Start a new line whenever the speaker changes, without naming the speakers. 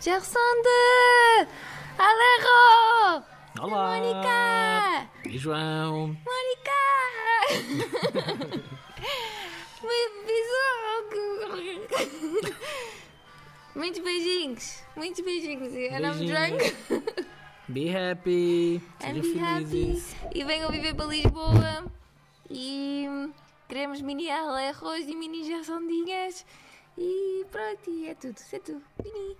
Gerson de Alero!
Olá!
Mônica!
E João!
Mônica! Muito bizarro! Muitos beijinhos! Muitos beijinhos! um And I'm drunk!
Be happy!
And
Sejam
be happy!
felizes!
E venham viver para Lisboa! E queremos mini arroz e mini gersondinhas! E pronto, e é tudo! Isso é tudo! Mini!